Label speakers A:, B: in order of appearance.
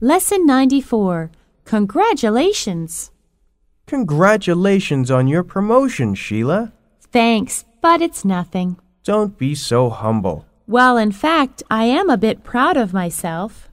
A: Lesson 94 Congratulations!
B: Congratulations on your promotion, Sheila.
A: Thanks, but it's nothing.
B: Don't be so humble.
A: Well, in fact, I am a bit proud of myself.